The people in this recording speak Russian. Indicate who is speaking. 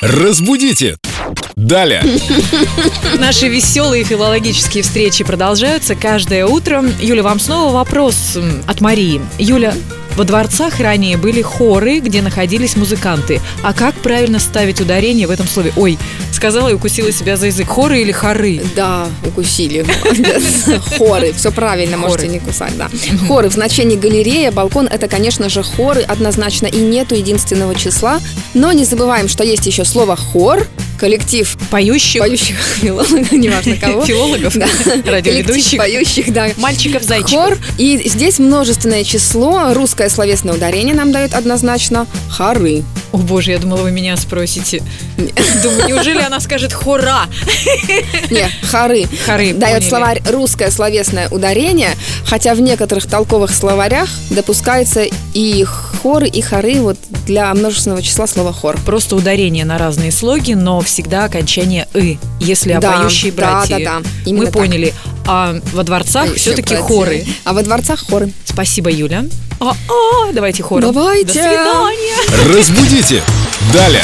Speaker 1: Разбудите! Далее!
Speaker 2: Наши веселые филологические встречи продолжаются каждое утро. Юля, вам снова вопрос м, от Марии. Юля, во дворцах ранее были хоры, где находились музыканты. А как правильно ставить ударение в этом слове? Ой, сказала и укусила себя за язык. Хоры или хоры?
Speaker 3: Да, укусили. Хоры, все правильно,
Speaker 2: Хоры.
Speaker 3: можете не кусать, да. Хоры в значении галерея, балкон это, конечно же, хоры однозначно и нету единственного числа. Но не забываем, что есть еще слово хор, коллектив
Speaker 2: Поющих?
Speaker 3: поющих филологов, неважно кого.
Speaker 2: Филологов?
Speaker 3: Да. Коллектив
Speaker 2: Радиоведущих?
Speaker 3: поющих, да.
Speaker 2: Мальчиков-зайчиков?
Speaker 3: Хор. И здесь множественное число, русское словесное ударение нам дает однозначно хоры.
Speaker 2: О боже, я думала, вы меня спросите. Думаю, неужели она скажет хора?
Speaker 3: Не, хоры.
Speaker 2: Хоры,
Speaker 3: Дает
Speaker 2: поняли.
Speaker 3: словарь русское словесное ударение, хотя в некоторых толковых словарях допускается и хоры, и хоры вот для множественного числа слова хор.
Speaker 2: Просто ударение на разные слоги, но всегда окончание «ы», если
Speaker 3: Да,
Speaker 2: опоющие
Speaker 3: да,
Speaker 2: братья.
Speaker 3: да, да.
Speaker 2: Мы
Speaker 3: Именно так.
Speaker 2: поняли. А во дворцах
Speaker 3: Поющие
Speaker 2: все-таки
Speaker 3: братья.
Speaker 2: хоры.
Speaker 3: А во дворцах хоры.
Speaker 2: Спасибо, Юля. А, а, давайте хоры.
Speaker 3: Давайте.
Speaker 2: До свидания.
Speaker 1: Разбудите! Далее!